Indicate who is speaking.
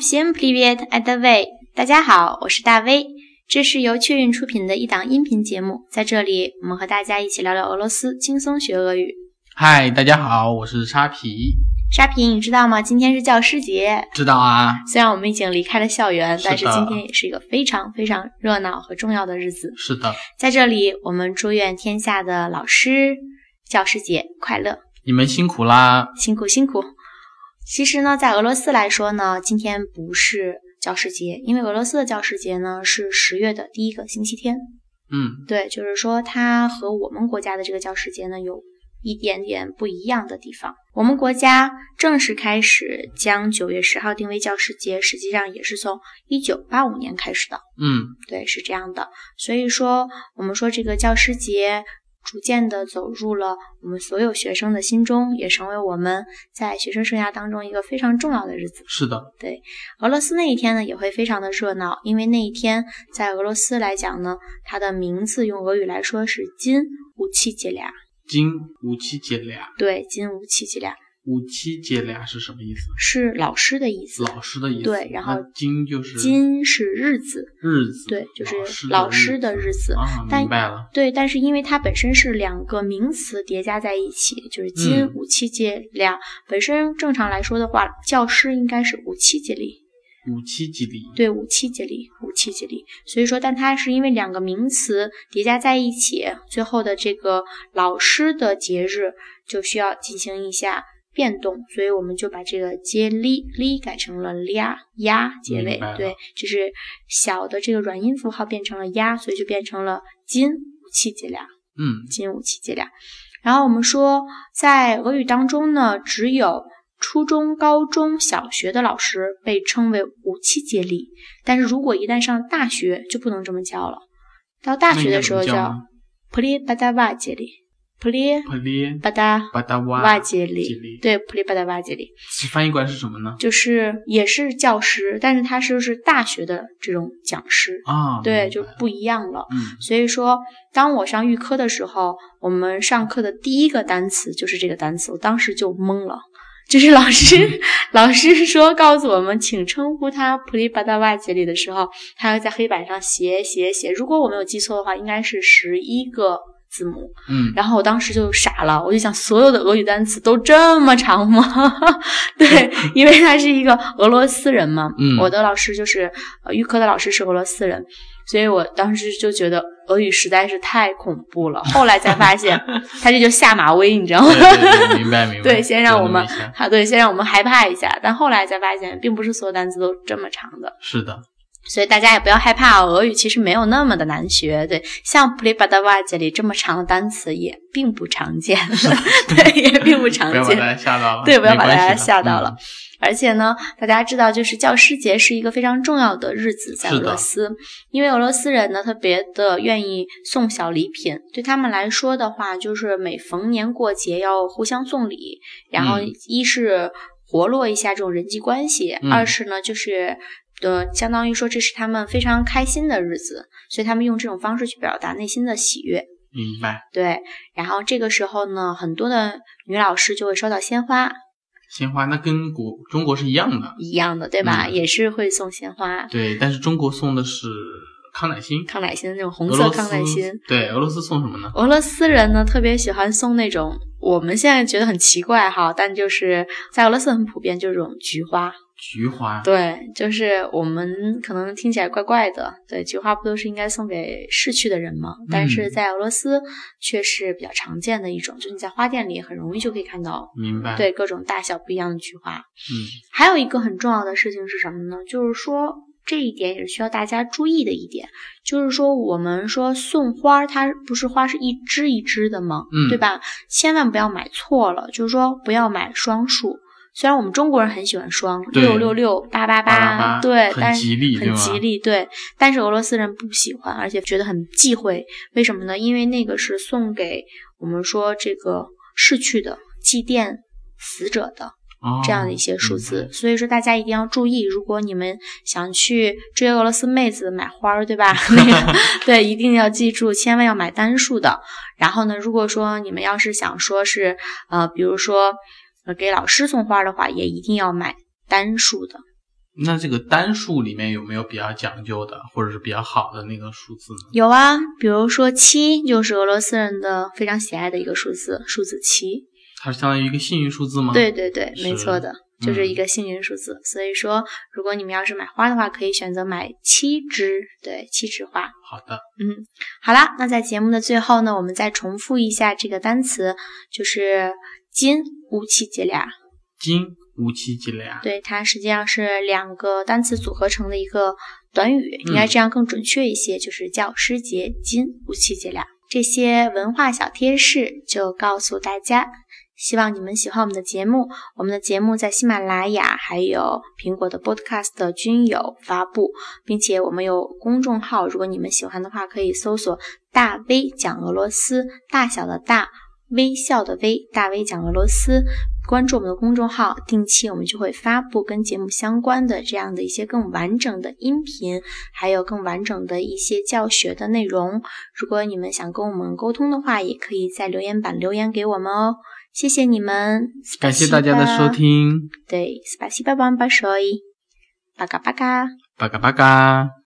Speaker 1: Всем привет, это Вэй。大家好，我是大 V。这是由确认出品的一档音频节目，在这里我们和大家一起聊聊俄罗斯，轻松学俄语。
Speaker 2: 嗨，大家好，我是沙皮。
Speaker 1: 沙皮，你知道吗？今天是教师节。
Speaker 2: 知道啊，
Speaker 1: 虽然我们已经离开了校园，
Speaker 2: 是的
Speaker 1: 但是今天也是一个非常非常热闹和重要的日子。
Speaker 2: 是的，
Speaker 1: 在这里，我们祝愿天下的老师教师节快乐，
Speaker 2: 你们辛苦啦。
Speaker 1: 辛苦辛苦。其实呢，在俄罗斯来说呢，今天不是教师节，因为俄罗斯的教师节呢是十月的第一个星期天。
Speaker 2: 嗯，
Speaker 1: 对，就是说它和我们国家的这个教师节呢有一点点不一样的地方。我们国家正式开始将九月十号定为教师节，实际上也是从一九八五年开始的。
Speaker 2: 嗯，
Speaker 1: 对，是这样的。所以说，我们说这个教师节逐渐的走入了我们所有学生的心中，也成为我们在学生生涯当中一个非常重要的日子。
Speaker 2: 是的，
Speaker 1: 俄罗斯那一天呢也会非常的热闹，因为那一天在俄罗斯来讲呢，它的名字用俄语来说是金乌七节俩，
Speaker 2: 金五七节俩，
Speaker 1: 对，金乌七节俩
Speaker 2: 五七节俩是什么意思？
Speaker 1: 是老师的意思，
Speaker 2: 老师的意思。
Speaker 1: 对然后
Speaker 2: 那金就是
Speaker 1: 金是日子，
Speaker 2: 日子，
Speaker 1: 对就是
Speaker 2: 老
Speaker 1: 老
Speaker 2: 师
Speaker 1: 师
Speaker 2: 的
Speaker 1: 的
Speaker 2: 日
Speaker 1: 日
Speaker 2: 子
Speaker 1: 子
Speaker 2: 啊，
Speaker 1: 但
Speaker 2: 明白了。
Speaker 1: 对，但是因为它本身是两个名词叠加在一起，就是金
Speaker 2: 嗯
Speaker 1: 五七节俩，本身正常来说的话，教师应该是五七节里，
Speaker 2: 五七节里，
Speaker 1: 对，五七节里，五七节里。所以说，但它是因为两个名词叠加在一起，最后的这个老师的节日就需要进行一下变动，所以我们就把这个接哩哩改成了呀呀结
Speaker 2: 明
Speaker 1: 尾
Speaker 2: 白了，
Speaker 1: 对，就是小的这个软音符号变成了呀，所以就变成了金五七节俩。
Speaker 2: 嗯，
Speaker 1: 金武器节俩。然后我们说，在俄语当中呢，只有初中、高中小学的老师被称为五七节理，但是如果一旦上大学，就不能这么叫了。到大学的时候
Speaker 2: 那应该怎么叫
Speaker 1: 叫
Speaker 2: 呢
Speaker 1: 普列巴达瓦节理，普列
Speaker 2: 普列
Speaker 1: 巴达
Speaker 2: 巴达瓦
Speaker 1: 瓦节理
Speaker 2: 节里，，
Speaker 1: 对，普列巴达瓦节理
Speaker 2: 翻译过来是什么呢？
Speaker 1: 就是也是教师，但是他是就是大学的这种讲师，
Speaker 2: 啊，
Speaker 1: 对，
Speaker 2: 明
Speaker 1: 就
Speaker 2: 白了
Speaker 1: 不一样了。
Speaker 2: 嗯，
Speaker 1: 所以说，当我上预科的时候，我们上课的第一个单词就是这个单词，我当时就懵了。就是老师，老师说告诉我们，请称呼他普利巴达瓦杰里的时候，他要在黑板上写写写。如果我没有记错的话，应该是十一个字母。
Speaker 2: 嗯，
Speaker 1: 然后我当时就傻了，我就想，所有的俄语单词都这么长吗？ 对，因为他是一个俄罗斯人嘛，
Speaker 2: 嗯
Speaker 1: 我的老师就是呃预科的老师是俄罗斯人，所以我当时就觉得俄语实在是太恐怖了。后来才发现，他这就下马威，你知道吗
Speaker 2: 对？对对明白明白。
Speaker 1: 对，先让我们
Speaker 2: 就那么一下
Speaker 1: 啊，对，先让我们害怕一下，但后来才发现，并不是所有单词都这么长的。
Speaker 2: 是的，
Speaker 1: 所以大家也不要害怕、哦，俄语其实没有那么的难学。对，像 p r e p a d a v a 这里这么长的单词也并不常见， 对，也并不常
Speaker 2: 不要把
Speaker 1: 见。
Speaker 2: 大家吓到了，
Speaker 1: 对，不要
Speaker 2: 啊没
Speaker 1: 把大
Speaker 2: 关系
Speaker 1: 家吓
Speaker 2: 的
Speaker 1: 到
Speaker 2: 嗯
Speaker 1: 了。而且呢，大家知道，就是教师节是一个非常重要的日子，在
Speaker 2: 是
Speaker 1: 俄
Speaker 2: 的
Speaker 1: 罗斯，因为俄罗斯人呢特别的愿意送小礼品，对他们来说的话，就是每逢年过节要互相送礼，然后
Speaker 2: 嗯
Speaker 1: 一是活络一下这种人际关系，
Speaker 2: 嗯
Speaker 1: 二是呢就是。呃，相当于说这是他们非常开心的日子，所以他们用这种方式去表达内心的喜悦。
Speaker 2: 明白，
Speaker 1: 对，然后这个时候呢，很多的女老师就会收到鲜花，
Speaker 2: 鲜花那跟国中国是一样的，
Speaker 1: 一样的，对吧？
Speaker 2: 嗯
Speaker 1: 也是会送鲜花、
Speaker 2: 对，但是中国送的是康乃馨，
Speaker 1: 康乃馨那种
Speaker 2: 俄
Speaker 1: 红色
Speaker 2: 罗斯
Speaker 1: 康乃馨。
Speaker 2: 对，俄罗斯送什么呢？
Speaker 1: 俄罗斯人呢特别喜欢送那种我们现在觉得很奇怪哈，但就是在俄罗斯很普遍，就是这种菊花。
Speaker 2: 菊花，
Speaker 1: 对，就是我们可能听起来怪怪的，对，菊花不都是应该送给逝去的人吗？但是
Speaker 2: 嗯
Speaker 1: 在俄罗斯却是比较常见的一种，就你在花店里很容易就可以看到，
Speaker 2: 明白，，
Speaker 1: 对各种大小不一样的菊花。
Speaker 2: 嗯，
Speaker 1: 还有一个很重要的事情是什么呢？就是说这一点也是需要大家注意的一点，就是说我们说送花，它不是花是一支一支的吗？
Speaker 2: 嗯
Speaker 1: 对吧？千万不要买错了，就是说不要买双数。虽然我们中国人很喜欢双
Speaker 2: 对
Speaker 1: 六六六八八
Speaker 2: 888
Speaker 1: 对，
Speaker 2: 很
Speaker 1: 但
Speaker 2: 吉利对
Speaker 1: 很
Speaker 2: 吗
Speaker 1: 吉利，对。但是俄罗斯人不喜欢，而且觉得很忌讳。为什么呢？因为那个是送给我们说这个逝去的、祭奠死者的，
Speaker 2: 哦，
Speaker 1: 这样的一些数
Speaker 2: 明
Speaker 1: 字。
Speaker 2: 白，
Speaker 1: 所以说大家一定要注意，如果你们想去追俄罗斯妹子买花儿，对 吧？那个对，一定要记住，千万要买单数的。然后呢，如果说你们要是想说是呃，比如说呃给老师送花儿的话，也一定要买单数的。
Speaker 2: 那这个单数里面有没有比较讲究的，或者是比较好的那个数字呢？
Speaker 1: 有啊，比如说七就是俄罗斯人的非常喜爱的一个数字，数字七。
Speaker 2: 它是相当于一个幸运数字吗？
Speaker 1: 对，对对，没
Speaker 2: 嗯是
Speaker 1: 错的，就是一个幸运数字。所以说，如果你们要是买花的话，可以选择买七枝，对，七枝花。
Speaker 2: 好的，
Speaker 1: 嗯，好啦，那在节目的最后呢，我们再重复一下这个单词，就是金乌七吉俩。
Speaker 2: 金乌七吉雷啊，
Speaker 1: 对，它实际上是两个单词组合成的一个短语，应该
Speaker 2: 嗯
Speaker 1: 这样更准确一些，就是教师节金乌七节俩。这些文化小贴士就告诉大家，希望你们喜欢我们的节目。我们的节目在喜马拉雅还有苹果的 Podcast 均有发布，并且我们有公众号，如果你们喜欢的话，可以搜索“大 V 讲俄罗斯”，大小的大，微笑的微，大 V 讲俄罗斯。关注我们的公众号，定期我们就会发布跟节目相关的这样的一些更完整的音频，还有更完整的一些教学的内容。如果你们想跟我们沟通的话，也可以在留言板留言给我们哦。谢谢你们，
Speaker 2: 感谢大家的收。听，
Speaker 1: 对，斯巴西巴邦巴手伊，巴嘎巴嘎。
Speaker 2: 巴嘎巴嘎。